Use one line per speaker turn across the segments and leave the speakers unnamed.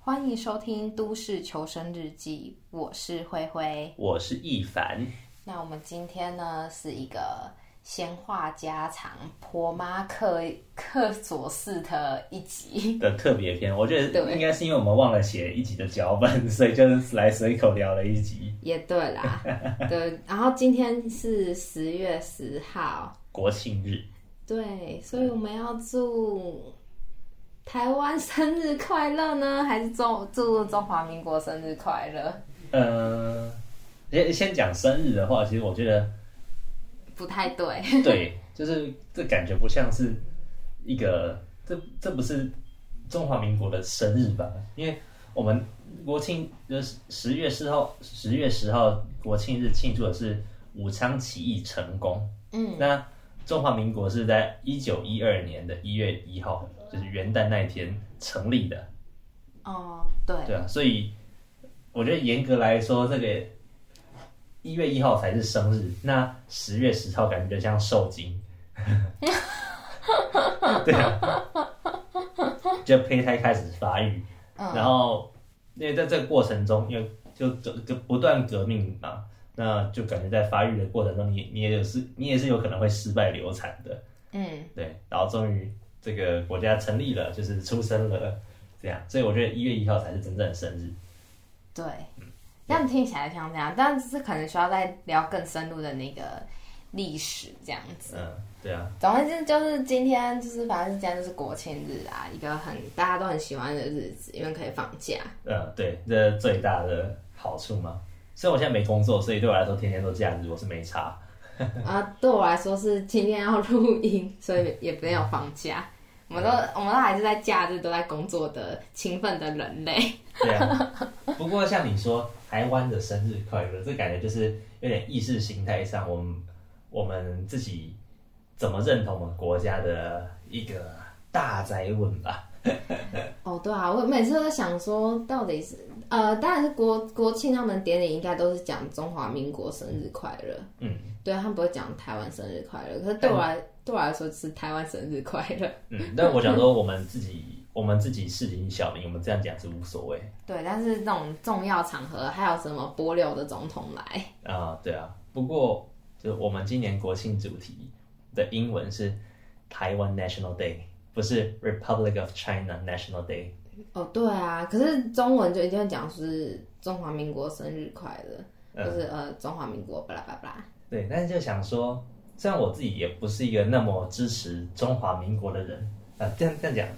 欢迎收听《都市求生日记》，我是灰灰。
我是易凡，
那我们今天呢是一个闲话家常、婆妈克克索式的一集。
的特别篇，我觉得
对
应该是因为我们忘了写一集的脚本， 所以就是来随口聊了一集
也对啦，对。然后今天是十月十号，
国庆日。
对，所以我们要祝台湾生日快乐呢，还是中祝中华民国生日快乐？
呃，先先讲生日的话，其实我觉得
不太对，
对，就是这感觉不像是一个，这这不是中华民国的生日吧？因为我们国庆就是十月四号，十月十号国庆日庆祝的是武昌起义成功。
嗯，
那中华民国是在一九一二年的一月一号，就是元旦那一天成立的，
哦，对，
对啊，所以我觉得严格来说，这个一月一号才是生日，那十月十号感觉就像受精， 对啊，就胚胎开始发育，
嗯
然后因为在这个过程中，因为就就就不断革命嘛。那就感觉在发育的过程中你，你也有是，你也是有可能会失败流产的，
嗯，
对，然后终于这个国家成立了，就是出生了，这样，所以我觉得一月一号才是真正的生日。
对，这样听起来像这样，但是可能需要再聊更深入的那个历史这样子。
嗯，对啊，
总而言之，就是今天，就是反正今天就是国庆日啊，一个很大家都很喜欢的日子，因为可以放假。
嗯，对，这是最大的好处嘛。虽然我现在没工作，所以对我来说天天都假日，我是没差。
啊，对我来说是今天要录音，所以也没有放假。我们都，我们都还是在假日都在工作的勤奋的人类。
对啊，不过像你说台湾的生日快乐，这感觉就是有点意识形态上，我们我们自己怎么认同我们国家的一个大灾问吧。
哦，对啊，我每次都在想说，到底是呃，当然是国国庆他们典礼应该都是讲中华民国生日快乐，
嗯，
对他们不会讲台湾生日快乐。可是对我来，对我来说是台湾生日快乐。
嗯，但我想说，我们自己，我们自己市井小民，我们这样讲是无所谓
对，但是这种重要场合，还有什么波流的总统来？
啊、对啊。不过，就我们今年国庆主题的英文是台湾 National Day，不是 Republic of China National Day。
哦，对啊，可是中文就一定会讲是中华民国生日快乐，就是呃中华民国巴拉巴拉。
对，但是就想说，虽然我自己也不是一个那么支持中华民国的人啊、这样这样讲，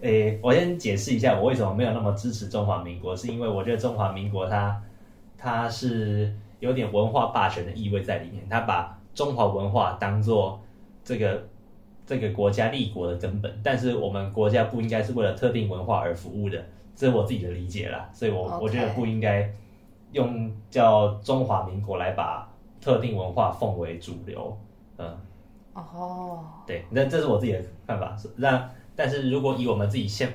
诶，我先解释一下我为什么没有那么支持中华民国，是因为我觉得中华民国它它是有点文化霸权的意味在里面，它把中华文化当做这个这个国家立国的根本，但是我们国家不应该是为了特定文化而服务的，这是我自己的理解啦，所以我我觉得
OK
不应该用叫中华民国来把特定文化奉为主流，嗯，
哦，
对，那这是我自己的看法。是那但是如果以我们自己先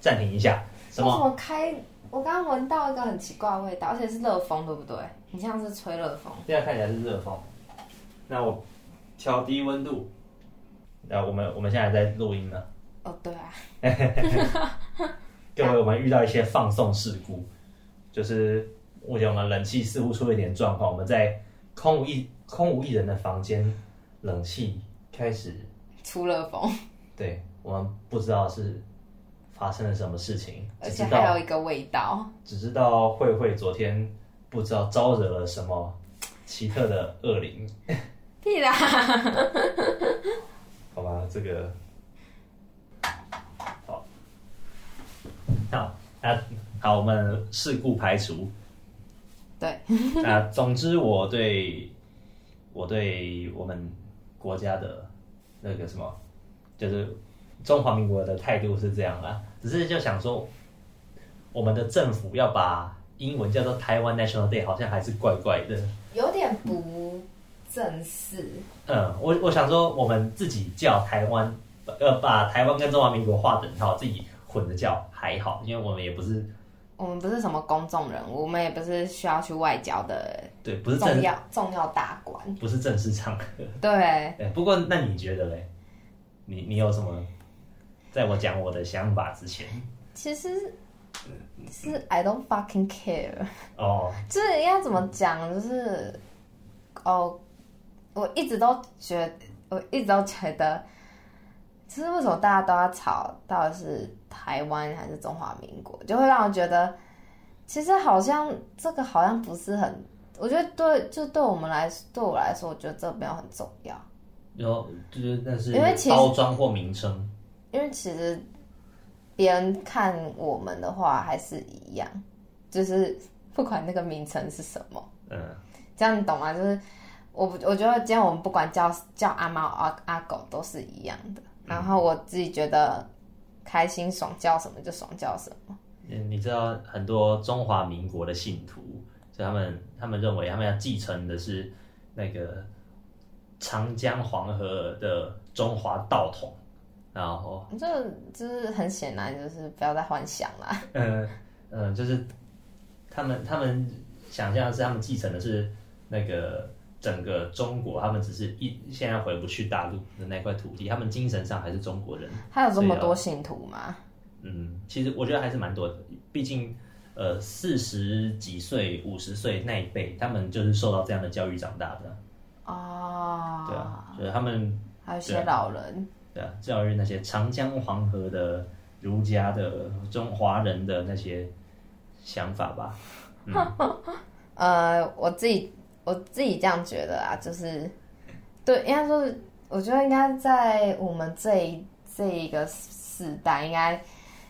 暂停一下，什
为
么？
什么开？我刚刚闻到一个很奇怪的味道，而且是热风，对不对？你像是吹热风。
现在看起来是热风，那我调低温度。那我们我们现在在录音呢，
哦，对啊，
各位，我们遇到一些放送事故，就是目前我们冷气似乎出了一点状况，我们在空无一空无一人的房间，冷气开始
出热风，
对我们不知道是发生了什么事情，
而
只
且
知
还
道
有一个味道。
只知道慧慧昨天不知道招惹了什么奇特的恶灵，
屁啦！
好吧，这个好，好，那好，我们事故排除。
对，
那总之，我对我对我们国家的那个什么，就是中华民国的态度是这样啦。只是就想说，我们的政府要把英文叫做台湾 National Day，好像还是怪怪的。
有点不正式。
嗯，我我想说，我们自己叫台湾，呃，把台湾跟中华民国划等号，自己混着叫还好，因为我们也不是
我们不是什么公众人物，我们也不是需要去外交的
对，不是
重
正
要重要大官。
不是正式场合。
对，
对，不过那你觉得嘞？你你有什么？在我讲我的想法之前，
其实是 I don't fucking care。
哦，
就是要怎么讲，就是哦，我一直都觉，我一直都觉得，就是为什么大家都要吵到底是台湾还是中华民国，就会让我觉得，其实好像这个好像不是很，我觉得对，就对我们来，对我来说，我觉得这没有很重要，
然后就是但是
因为其实
包装或名称，
因为其实别人看我们的话还是一样，就是不管那个名称是什么。
嗯，
这样你懂吗？就是我不，我觉得今天我们不管叫叫阿猫阿阿狗都是一样的。然后我自己觉得开心爽叫什么就爽叫什么。
你知道很多中华民国的信徒，所以他们他们认为他们要继承的是那个长江黄河的中华道统，然后
这就是很显然就是不要再幻想了。
嗯，嗯，就是他们他们想象的是他们继承的是那个整个中国，他们只是一现在回不去大陆的那块土地，他们精神上还是中国人。
还有这
啊
么多信徒吗？
嗯，其实我觉得还是蛮多的，毕竟呃四十几岁、五十岁那一辈，他们就是受到这样的教育长大的，
哦，
对啊，就是他们
还有一些老人，
对啊，教育那些长江黄河的儒家的中华人的那些想法吧。
呃，我自己我自己这样觉得啊，就是对，应该说，我觉得应该在我们这一这一个时代，应该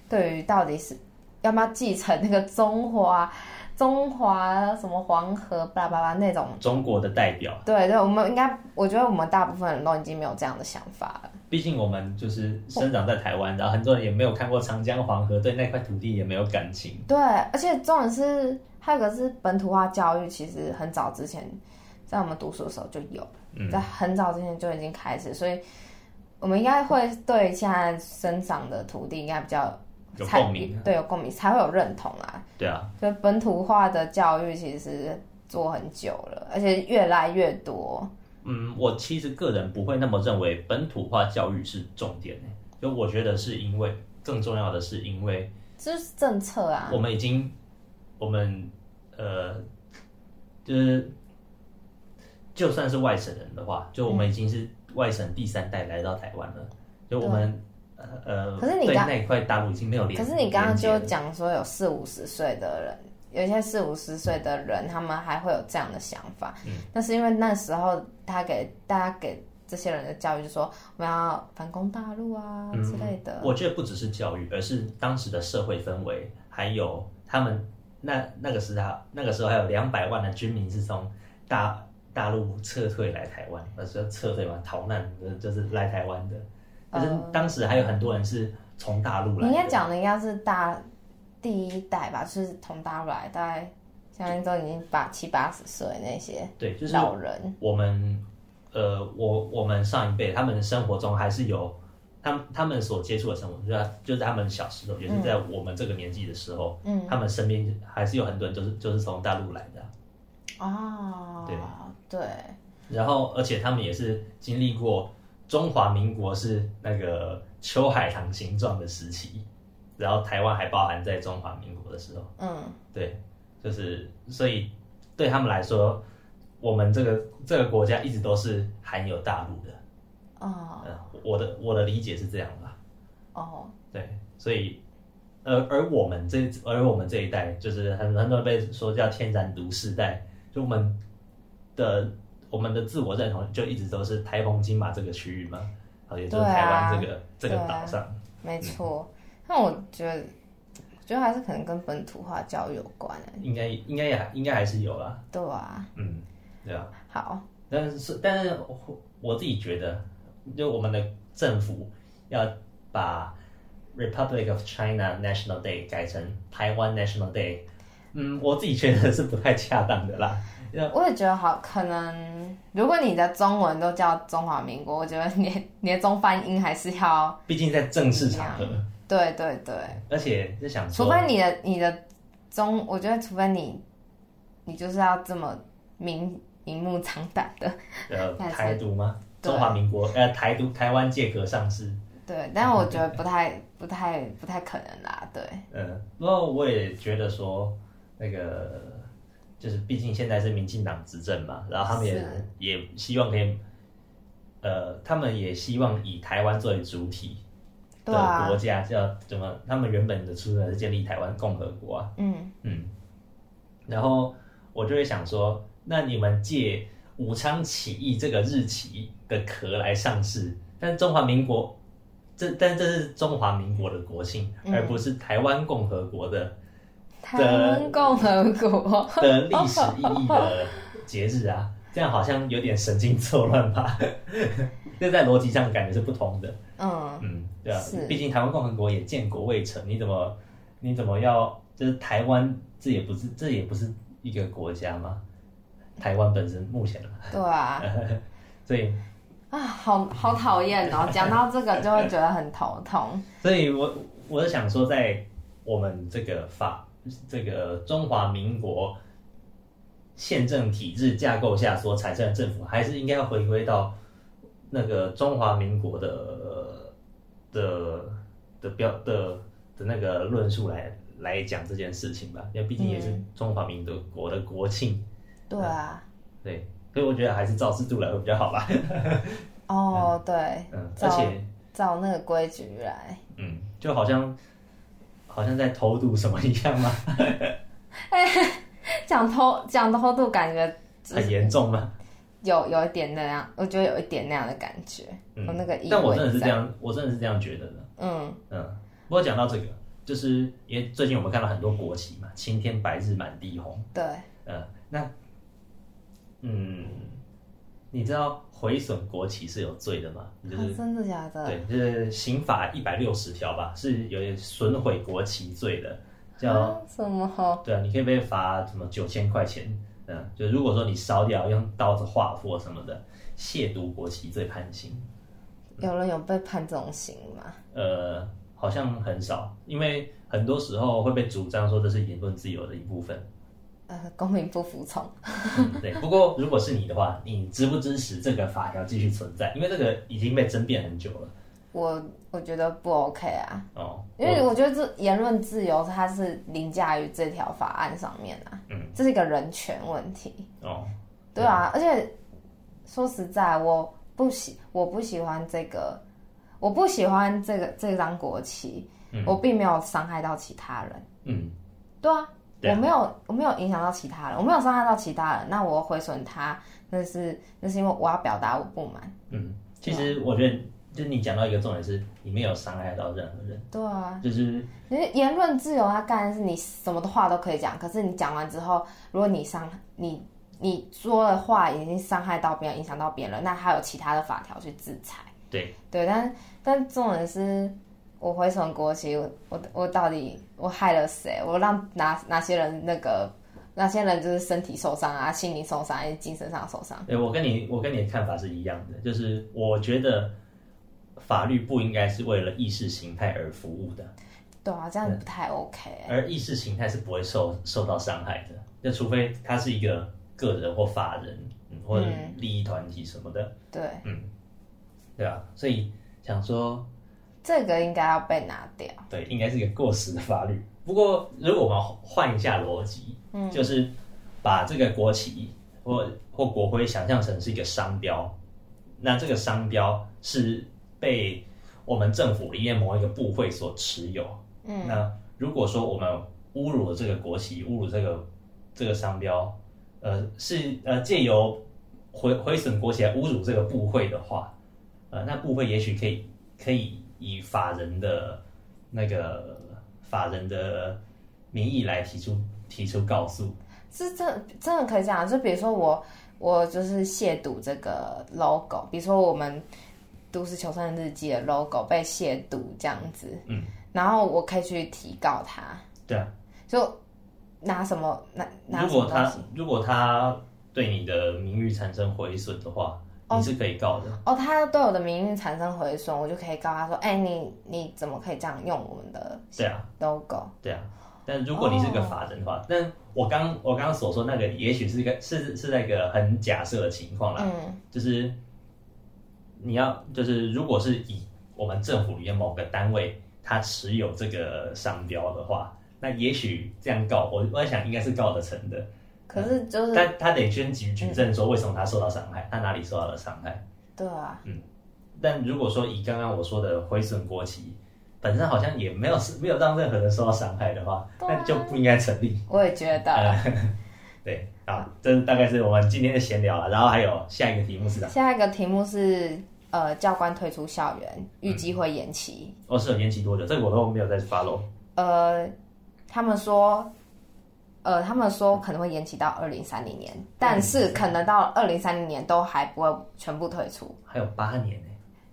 对于到底是要不要继承那个中华中华什么黄河巴拉巴拉那种，
中国的代表。
对对，我们应该，我觉得我们大部分人都已经没有这样的想法了。
毕竟我们就是生长在台湾，然后很多人也没有看过长江黄河，对那块土地也没有感情。
对，而且重点是，还有一个是本土化教育，其实很早之前在我们读书的时候就有。
嗯，
在很早之前就已经开始，所以我们应该会对现在生长的土地应该比较
有
才
共鸣。
对，有共鸣才会有认同啦。
对啊，
就本土化的教育其实做很久了，而且越来越多。
嗯，我其实个人不会那么认为本土化教育是重点欸就我觉得是因为更重要的是因为
这是政策啊，
我们已经我们呃就是就算是外省人的话，就我们已经是外省第三代来到台湾了，就我们呃呃
可是你
对
刚
那一块大陆已经没有连。
可是你刚刚
连接
就
了
讲说有四五十岁的人，有一些四五十岁的人，他们还会有这样的想法。
嗯
那是因为那时候他给大家给这些人的教育，就说我们要反攻大陆啊
嗯
之类的。
我觉得不只是教育，而是当时的社会氛围，还有他们那那个时候，那个时候还有两百万的军民是从大大陆撤退来台湾，那时候撤退嘛，逃难的就是来台湾的，可是当时还有很多人是从大陆
呃你
来的。
应该讲的应该是大第一代吧，就是从大陆来，大概相当于都已经八七八十岁那些
对，就是
老人，
我们呃，我我们上一辈他们的生活中还是有他们他们所接触的生活，就是就是他们小时候，也是在我们这个年纪的时候，
嗯，
他们身边还是有很多人就是就是从大陆来的啊。
哦，
对
对，
然后，而且他们也是经历过中华民国是那个秋海棠形状的时期，然后台湾还包含在中华民国的时候，
嗯，
对，就是所以对他们来说，我们这个这个国家一直都是含有大陆的，
哦，
嗯，我的我的理解是这样吧，
哦，
对，所以。而而我们这而我们这一代，就是很很多人被说叫天然独世代，就我们的我们的自我认同就一直都是台澎金马这个区域嘛，然后也就是
对啊
台湾这个、这个
对啊
岛上，
没错。那我觉得，我觉得还是可能跟本土化教育有关、欸，
应该应该也应该还是有啦，
对啊，
嗯，对啊，
好，
但是但是我我自己觉得，就我们的政府要把 Republic of China National Day 改成台湾 National Day，嗯，我自己觉得是不太恰当的啦，
我也觉得好，可能如果你的中文都叫中华民国，我觉得你你的中翻英还是要，
毕竟在正式场合，
对对嗯对。
而且就想说
除，非你的你的中，我觉得除非你，你就是要这么明明目张胆的，
呃，
但是
台独吗？
对
中华民国呃，台独台湾借壳上市，
对，但我觉得不太、不太、不太可能啦。对，
嗯，不过我也觉得说，那个就是毕竟现在是民进党执政嘛，然后他们也
是啊
也希望可以，呃，他们也希望以台湾作为主体
对
的
啊
国，家，叫怎么？他们原本的出来是建立台湾共和国啊，
嗯，
嗯，然后我就会想说，那你们借武昌起义这个日期的壳来上市，但中华民国这但这是中华民国的国庆，
嗯
而不是台湾共和国的
台湾共和国，
的历史意义的节日啊。这样好像有点神经错乱吧？ 这在逻辑上感觉是不通的。
嗯，
嗯，对啊
是，
毕竟台湾共和国也建国未成，你怎么你怎么要就是台湾这也不是这也不是一个国家嘛，台湾本身目前啊，
对啊，
所以
啊，好好讨厌哦！讲到这个就会觉得很头痛。
所以我我是想说，在我们这个法这个中华民国宪政体制架构下所产生的政府，还是应该要回归到那个中华民国的的的标的的那个论述来来讲这件事情吧，因为毕竟也是中华民国的国庆，
对啊，
对，所以我觉得还是照制度来会比较好吧，
哦，对，
嗯，
照
而且
照那个规矩 来。
嗯，就好像好像在偷渡什么一样嘛，
讲偷讲偷渡，感觉
很严重吗？
有有一点那样，我觉得有一点那样的感觉，
嗯
哦有那个意
但我真
味
的是这
在。
样，我真的是这样觉得的。
嗯，
嗯，不过讲到这个，就是因为最近我们看到很多国旗嘛，青天白日满地红。
对，
嗯，那嗯，你知道毁损国旗是有罪的吗？就是、
啊真的假的？
对，就是刑法一百六十条吧，是有损毁国旗罪的，叫、
啊什么？
对啊，你可以被罚什么九千块钱。嗯，就如果说你烧掉用刀子划破什么的，亵渎国旗罪判刑。
有人有被判这种刑吗？
呃，好像很少，因为很多时候会被主张说这是言论自由的一部 分。
呃，公民不服从。
嗯对，不过如果是你的话，你支不支持这个法条继续存在？因为这个已经被争辩很久了
我我觉得不 OK 啊，
哦。
因为我觉得这言论自由它是凌驾于这条法案上面啊，
嗯，
这是一个人权问题，
哦，
对啊，而且说实在，我不喜我不喜欢这个，我不喜欢这个这张国旗，
嗯
我并没有伤害到其他人，
嗯
啊对啊，
对啊
我没有我没有影响到其他人，我没有伤害到其他人，那我毁损它，那是那是因为我要表达我不满，
嗯，其实我觉得，就是你讲到一个重点是，你没有伤害到任何人，
对啊，
就是
因为言论自由，它干的是你什么的话都可以讲，可是你讲完之后，如果你伤你你说的话已经伤害到别人，影响到别人，那还有其他的法条去制裁。
对
对，但但重点是，我回损国旗，我我我到底我害了谁？我让哪哪些人那个哪些人就是身体受伤啊，心灵受伤，还是精神上受伤？
对哎我跟你我跟你的看法是一样的，就是我觉得法律不应该是为了意识形态而服务的。
对
嗯
啊，这样不太 OK 欸、
而意识形态是不会受受到伤害的，那除非他是一个个人或法人，嗯，或者
嗯
利益团体什么的，
对，
对啊，所以想说，
这个应该要被拿掉。
对，应该是一个过时的法律。不过，如果我们换一下逻辑，嗯，就是把这个国旗或或国徽想象成是一个商标，那这个商标是被我们政府里面某一个部会所持有，
嗯，
那如果说我们侮辱了这个国旗，侮辱这个这个商标，呃，是呃借由毁毁损国旗来侮辱这个部会的话，呃，那部会也许可以可以以法人的那个法人的名义来提出提出告诉，
是真真的可以这样，就比如说我我就是亵渎这个 logo，比如说我们都市求生日记的 logo 被亵渎这样子，
嗯，
然后我可以去提告他，
对啊，
就拿什么拿拿
如
什
果
么东
他
西。
如果他对你的名誉产生毁损的话，你是可以告的，
哦，他对我的名誉产生毁损，我就可以告他说：“哎、你你怎么可以这样用我们的
对啊。
logo？”
对啊，但如果你
哦
是个法人的话，但我刚我刚刚所说那个，也许是一个是是那个很假设的情况啦，
嗯，
就是你要就是如果是以我们政府里面某个单位它持有这个商标的话，那也许这样告，我我在想应该是告得成的。
可是就是
嗯但他得先举举证说为什么他受到伤害，他哪里受到了伤害。
对啊，
但如果说以刚刚我说的毁损国旗，本身好像也没有没有让任何人受到伤害的话，
对啊
那就不应该成立。
我也觉得。
对，好，这大概是我们今天的闲聊了。然后还有下一个题目是哪？
下一个题目是呃，教官退出校园，预计会延期。
哦，是有延期多久？这个我都没有在 follow。
呃，他们说，呃，他们说可能会延期到二零三零年，但是可能到二零三零年都还不会全部退出。
还有八年呢、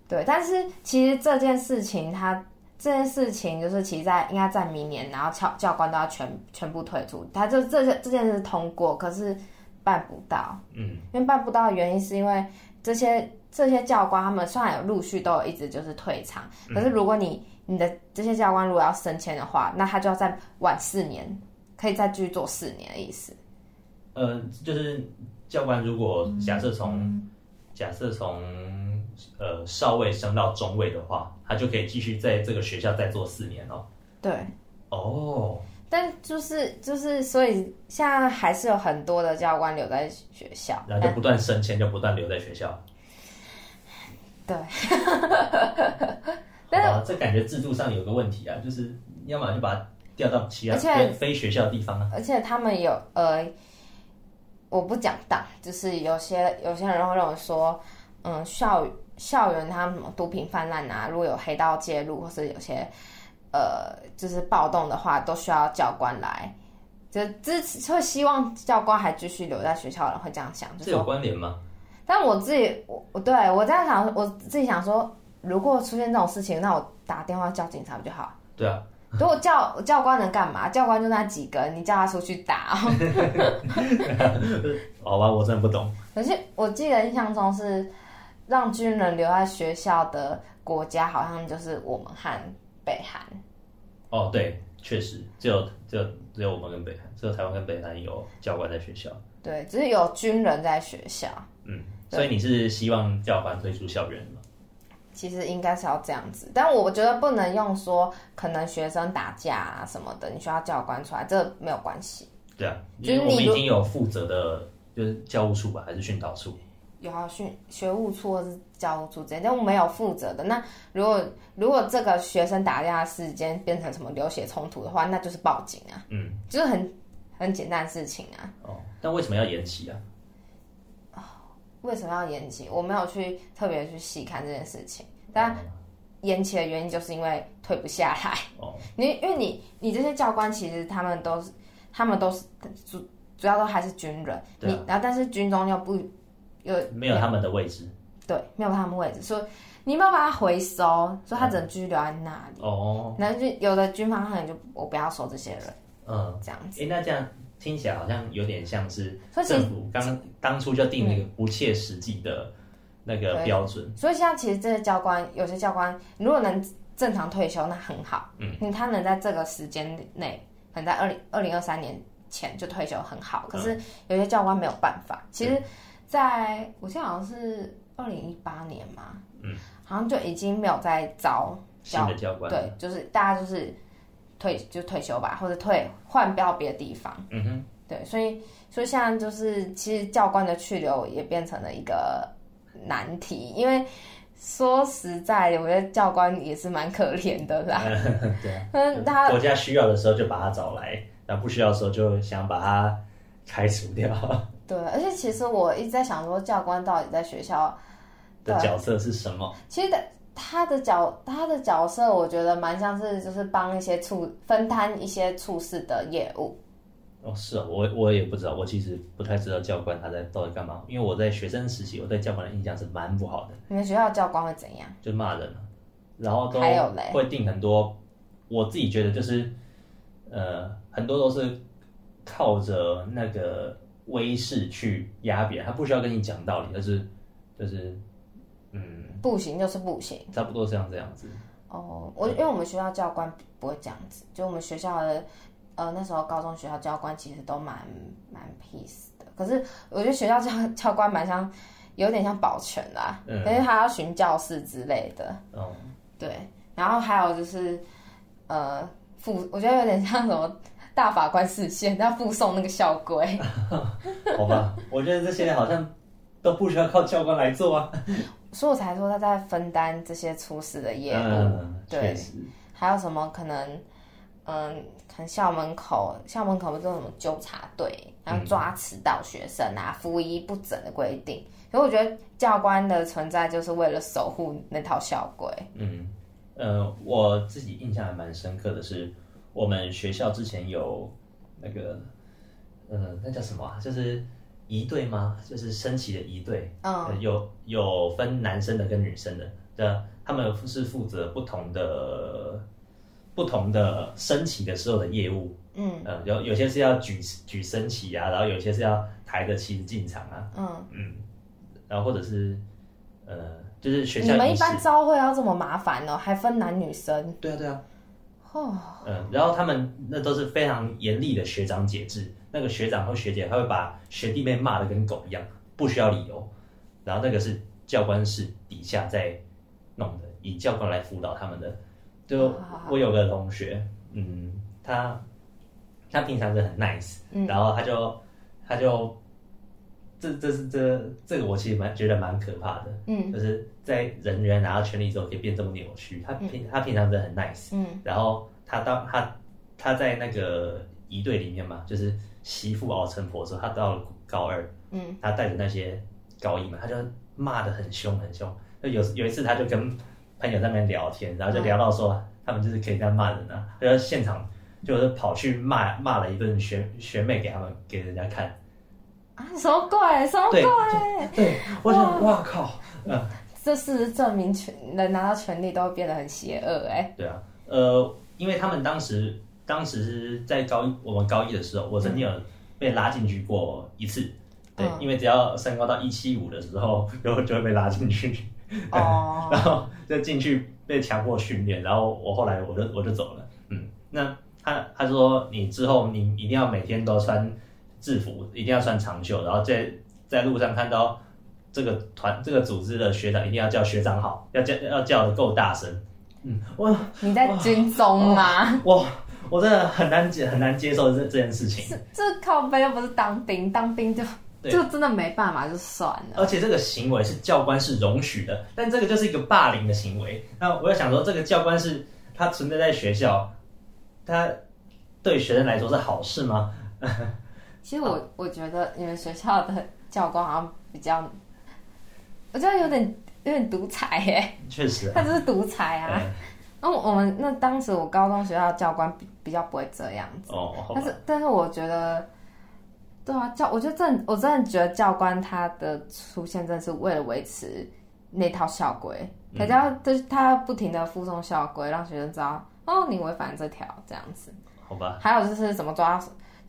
对，但是其实这件事情它，这件事情就是其实在应该在明年，然后教教官都要全全部退出。他就这这这件事通过，可是办不到。
嗯，
因为办不到的原因是因为这些这些教官他们虽然有陆续都有一直就是退场，可是如果你你的这些教官如果要升迁的话，那他就要再晚四年，可以再继续做四年的意思。
呃，就是教官如果假设从、假设从呃少尉升到中尉的话，他就可以继续在这个学校再做四年哦。
对，
哦，
但就是就是所以现在还是有很多的教官留在学校，
然后就不断升迁，就不断留在学校。
对，
好吧，这感觉制度上有个问题啊，就是要么就把他调到其他
而且
非非学校的地方啊。
而且他们有呃，我不讲党，就是有些有些人会认为说，嗯，校校园他们什么毒品泛滥啊，如果有黑道介入，或是有些呃，就是暴动的话，都需要教官来，就支持会希望教官还继续留在学校的人会这样想，就
这
是
有关联吗？
但我自己，我我对我这样想，我自己想说，如果出现这种事情，那我打电话叫警察不就好 了？
对啊，
如果教教官能干嘛？教官就那几个，你叫他出去打、哦。
好吧，我真的不懂。
可是我记得印象中是让军人留在学校的国家，好像就是我们和北韩。
哦，对，确实，只有只有只有我们跟北韩，只有台湾跟北韩有教官在学校。
对，就是有军人在学校，
嗯，所以你是希望教官退出校园吗？
其实应该是要这样子。但我觉得不能用说可能学生打架啊什么的，你需要教官出来，这没有关系。
对啊，
就是
因为我们
你
已
如
经有负责的，就是教务处吧，还是训导处？
有啊，训学务处或是教务处之类，但我没有负责的。那如果如果这个学生打架事件变成什么流血冲突的话，那就是报警啊，
嗯，
就是很很简单的事情啊。
哦，但为什么要延期啊？
为什么要延期？我没有去特别去细看这件事情，但延期的原因就是因为退不下来。
哦，
你因为你你这些教官其实他们都是他们都是主主要都还是军人，
对啊
你然后但是军中又不又
哦没有他们的位置。
对没有他们位置，所以你没有把它回收，所以他只能继续留在那里。
嗯哦，
然后就有的军方可能就我不要收这些人
嗯，
这样子，
诶，那这样听起来好像有点像是
所以其实
政府刚当初就定了一个不切实际的那个
嗯对
标准。
所以现在其实这些教官有些教官如果能正常退休，那很好，嗯，因为他能在这个时间内，可能在二零二零二三年前就退休很好。可是有些教官没有办法，其实在，我记得好像是二零一八年嘛，嗯，好像就已经没有在招
新的教官，
对，就是大家就是退就退休吧，或者退换标别的地方。
嗯哼，
对，所以所以现在就是，其实教官的去留也变成了一个难题，因为说实在，我觉得教官也是蛮可怜的啦。
对啊，
嗯， 他
国家需要的时候就把他找来，那不需要的时候就想把他开除 掉
对，啊而且其实我一直在想说，教官到底在学校，
的角色是什么？
其实他的角他的角色，我觉得蛮像是就是帮一些处分摊一些处事的业务。
哦，是哦，我我也不知道，我其实不太知道教官他在到底干嘛，因为我在学生时期，我对教官的印象是蛮不好的，
你们学校的教官会怎样？
就骂人啊，然后
嗯
都
还有嘞
会定很多，我自己觉得就是，呃，很多都是靠着那个威势去压别人，他不需要跟你讲道理，就是就是，嗯，
不行就是不行。
差不多这样这样子。
哦，我因为我们学校教官不会这样子，就我们学校的呃那时候高中学校教官其实都蛮蛮 peace 的，可是我觉得学校教教官蛮像有点像保全啦，
嗯
因为他要巡教室之类的，
哦，
对，然后还有就是，呃，附我觉得有点像什么大法官视线，但附送那个校规，
好吧？我觉得这些好像都不需要靠教官来做啊。
所以我才说他在分担这些出事的业务，
嗯，
对
确实，
还有什么可能，嗯，可能校门口校门口不是有什么纠察队，然后
嗯
抓迟到学生啊、服仪不整的规定，所以我觉得教官的存在就是为了守护那套校规。
嗯，呃，我自己印象还蛮深刻的是，我们学校之前有那个，呃，那叫什么啊？就是仪队吗？就是升旗的仪队，
嗯，
呃有有分男生的跟女生的，那他们是负责不同的不同的升旗的时候的业务，
嗯
呃，有有些是要举举升旗啊，然后有些是要抬着旗子进场啊，
嗯，
然后或者是呃，就是学
你
校
们
仪
一
式
般招会要这么麻烦哦，还分男女生
对啊对啊。
哦。
嗯，然后他们那都是非常严厉的学长姐制，那个学长或学姐他会把学弟妹骂的跟狗一样，不需要理由。然后那个是教官室底下在弄的，以教官来辅导他们的。就我有个同学，嗯，他他平常是很 nice，、然后他就他就这这是这这个我其实蛮觉得蛮可怕的，嗯，就是在人员拿到权力之后可以变这么扭曲。他平、他平常真的很 nice，嗯，然后他当他他在那个仪队里面嘛，就是媳妇熬成婆之后，他到了高二，嗯，他带着那些高一嘛，他就骂的很凶很凶。就有有一次他就跟朋友在那边聊天，然后就聊到说、他们就是可以这样骂人啊，然后现场就是跑去骂骂了一顿学学妹给他们给人家看。
啊，什么鬼？什么
对
鬼？
对，我想哇靠，
这事实证明权人拿到权力都会变得很邪恶 哎、
对啊，呃，因为他们当时当时是在高一，我们高一的时候，我曾经有被拉进去过一次。对，因为只要身高到一七五的时候， 然后就会被拉进去，
哦，
然后就进去被强迫训练，然后我后来我就我就走了。嗯，那他他说你之后你一定要每天都穿制服，一定要穿长袖，然后在在路上看到这个团这个组织的学长，一定要叫学长好，要叫要叫的够大声。嗯，我
你在军 中吗？
我我真的很难接很难接受这这件事情，
这这靠背又不是当兵，当兵就
对
就真的没办法，就算了。
而且这个行为是教官是容许的，但这个就是一个霸凌的行为。那我就想说，这个教官是他存在在学校，他对学生来说是好事吗？
其实
嗯
我我觉得你们学校的教官好像比较，我觉得有点有点独裁耶，
确实、啊，
他就是独裁啊。
对
那我我们那当时我高中学校的教官比比较不会这样，
哦，好 吧
但是但是我觉得，对啊，教我觉得真的我真的觉得教官他的出现真的是为了维持那套校规，
嗯
他要就是他要不停的附送校规，让学生知道哦你违反这条这样子。
好吧，
还有就是怎么抓，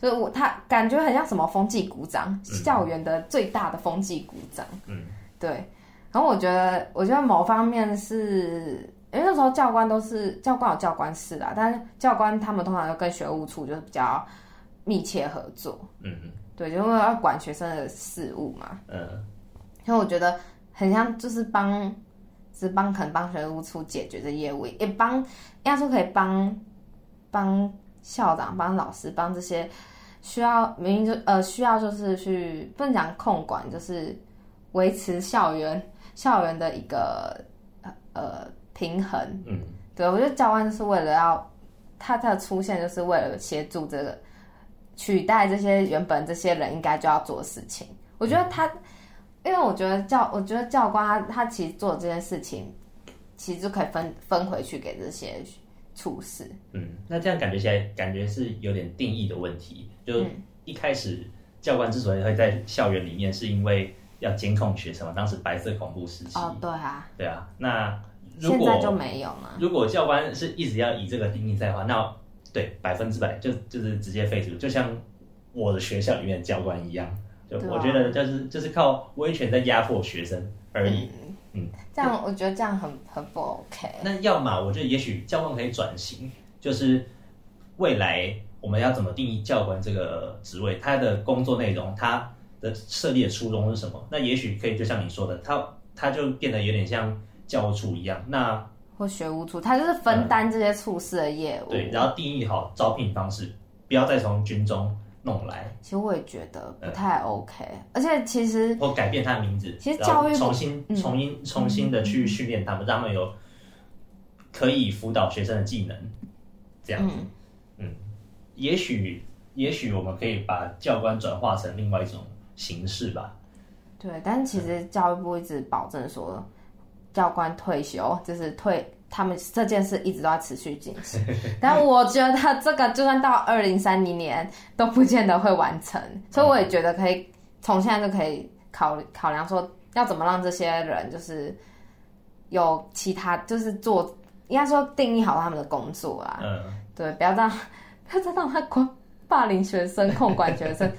就是我他感觉很像什么风纪股长，校园的最大的风纪股长。
嗯，
对。然后我觉得，我觉得某方面是因为那时候教官都是教官有教官室啦，但是教官他们通常就跟学务处就是比较密切合作，
嗯
对，就是要管学生的事务嘛。
嗯
因为我觉得很像就是帮，是帮可能帮学务处解决这业务，也帮应该说可以帮帮校长、帮老师、帮这些需要明明就呃需要就是去不能讲控管，就是维持校园校园的一个呃呃平衡。
嗯，
对，我觉得教官就是为了要他的出现，就是为了协助这个取代这些原本这些人应该就要做的事情。我觉
嗯
得他，因为我觉得教，我觉得教官他他其实做这件事情，其实就可以分分回去给这些处事。
嗯，那这样感觉起来，感觉是有点定义的问题。就一开始教官之所以会在校园里面，是因为要监控学生嘛，当时白色恐怖时期，
哦，对啊，
对啊。那如
现
果
在就没有嘛。
如果教官是一直要以这个定义在的话，那对百分之百就就是直接废除，就像我的学校里面的教官一样。就
对啊
我觉得就是就是靠威权在压迫学生而已。
嗯
嗯
这样我觉得这样很很不 OK。
那要么我觉得也许教官可以转型，就是未来我们要怎么定义教官这个职位，他的工作内容，他的设立的初衷是什么？那也许可以就像你说的，他他就变得有点像教务处一样，那
或学务处，他就是分担这些处室的业务。
嗯对，然后定义好招聘方式，不要再从军中弄来，
其实我也觉得
嗯
不太 OK，、而且其实
或改变他的名字，
嗯其实
然后
教育部嗯
重新、重新、重新的去训练他们，让他们有可以辅导学生的技能，这样子。嗯也许也许我们可以把教官转化成另外一种形式吧。
对，但其实教育部一直保证说，教官退休就是退，他们这件事一直都要持续进行。但我觉得这个就算到二零三零年都不见得会完成，所以我也觉得可以从现在就可以考考量说，要怎么让这些人就是有其他就是做，应该说定义好他们的工作啊，
嗯，
对，不要让 不要再让他管霸凌学生、控管学生。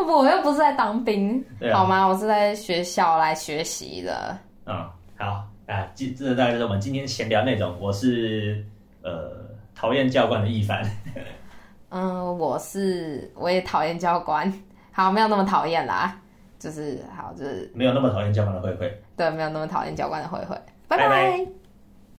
我又不是在当兵，
对啊，
好吗？我是在学校来学习的。
嗯，好啊，这这大概就是我们今天闲聊内容。我是呃讨厌教官的一凡，
嗯，我是我也讨厌教官， 好，没有那么讨厌啦，就是好，就是
没有那么讨厌教官的慧慧。
对，没有那么讨厌教官的慧慧，
拜
拜
拜
拜